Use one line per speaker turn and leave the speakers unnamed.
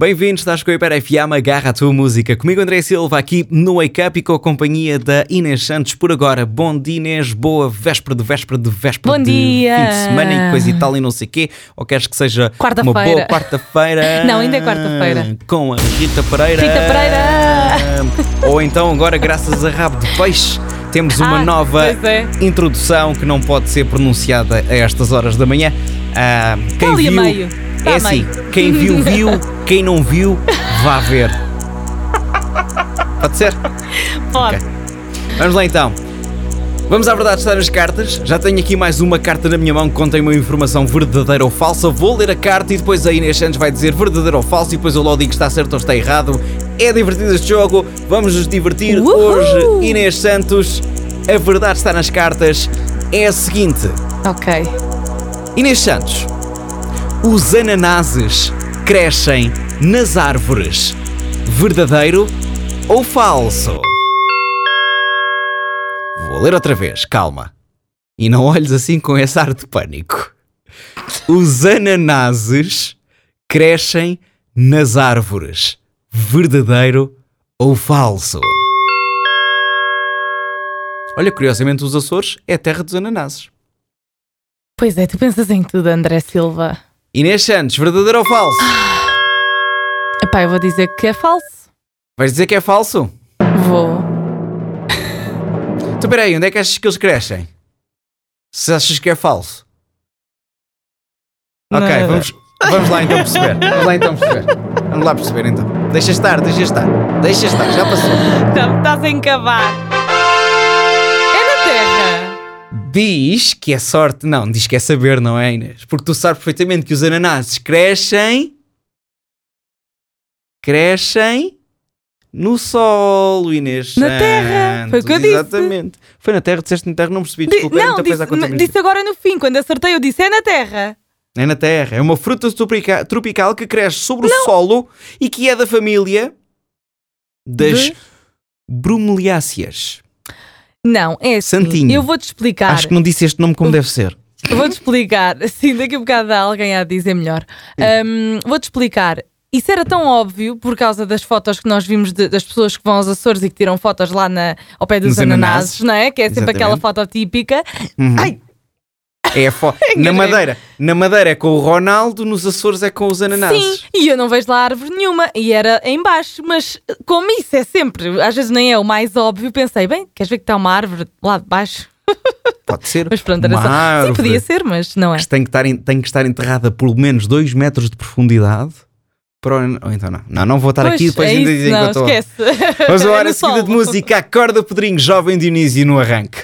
Bem-vindos, estás com a Hiper FM, agarra a tua música. Comigo André Silva, aqui no Wake Up e com a companhia da Inês Santos por agora. Bom dia Inês, boa véspera de véspera de véspera
Bom
de
dia.
fim de semana e coisa e tal e não sei quê. Ou queres que seja uma
Quarta-feira.
boa quarta-feira?
Não, ainda é quarta-feira.
Com a Rita Pereira.
Rita Pereira!
Ou então agora, graças a Rabo de Peixe, temos uma
Ah,
nova
pois é.
introdução que não pode ser pronunciada a estas horas da manhã. Ah, quem
Tá ali a
viu,
meio. Está
é
a
assim,
meio.
quem viu, viu, quem não viu, vá ver. Pode ser?
Pode.
Ok. Vamos lá então. Vamos à verdade estar nas cartas. Já tenho aqui mais uma carta na minha mão que contém uma informação verdadeira ou falsa. Vou ler a carta e depois a Inês Santos vai dizer verdadeiro ou falso e depois eu logo digo que está certo ou está errado. É divertido este jogo, vamos nos divertir
Uhul!
hoje. Inês Santos, a verdade está nas cartas. É a seguinte:
Ok.
Inês Santos, os ananases crescem nas árvores. Verdadeiro ou falso? Vou ler outra vez, calma. E não olhes assim com esse ar de pânico. Os ananases crescem nas árvores. Verdadeiro ou falso? Olha, curiosamente, os Açores é a terra dos ananases.
Pois é, tu pensas em tudo, André Silva.
Inês Santos, verdadeiro ou falso?
Epá, eu vou dizer que é falso.
Vais dizer que é falso?
Vou.
Então peraí, onde é que achas que eles crescem? Se achas que é falso? Ok,
Nada.
vamos, vamos lá então perceber. Vamos lá então perceber. Vamos lá perceber então. Deixa estar, deixa estar. Deixa estar, já passou.
Estás a encavar. É na terra.
Diz que é sorte. Não, diz que é saber, não é, Inês? Porque tu sabes perfeitamente que os ananases crescem. Crescem no solo, Inês.
Na terra, foi o que eu
Santos,
disse.
Exatamente. Foi na terra, disseste na terra, não percebi.
Di-
Desculpa, é
não,
muita coisa a
disse,
contaminar.
disse agora no fim, quando acertei, eu disse é na terra.
É na Terra. É uma fruta tropica- tropical que cresce sobre o solo e que é da família das
De?
bromeliáceas.
Não, é assim.
Santinho.
Eu vou-te explicar.
Acho que não disse este nome como deve ser.
Eu Vou-te explicar. Sim, daqui a bocado há alguém a dizer melhor. Hum, Vou-te explicar. Isso era tão óbvio por causa das fotos que nós vimos de- das pessoas que vão aos Açores e que tiram fotos lá na, ao pé dos
Nos
ananases,
ananases,
não é? Que é sempre aquela
exatamente.
foto típica. Ai,
Uhum. É a fo- na Madeira. Na Madeira é com o Ronaldo, nos Açores é com os
sim!
ananases.
E eu não vejo lá árvore nenhuma. E era em baixo, mas como isso é sempre, às vezes nem é o mais óbvio, pensei, bem, queres ver que está uma árvore lá de baixo?
Pode ser.
Mas pronto, era
uma
só. Sim,
árvore
podia ser, mas não é.
que tem que, estar em- tem que estar enterrada a pelo menos 2 metros de profundidade. Para... o- Ou então não. Não, não vou estar aqui
Pois,
depois
é
ainda
isso,
dizem que eu
não,
estou.
esquece.
Vamos
É
agora
no
a seguida
solo.
de música. Acorda, Pedrinho, jovem Dionísio no arranque.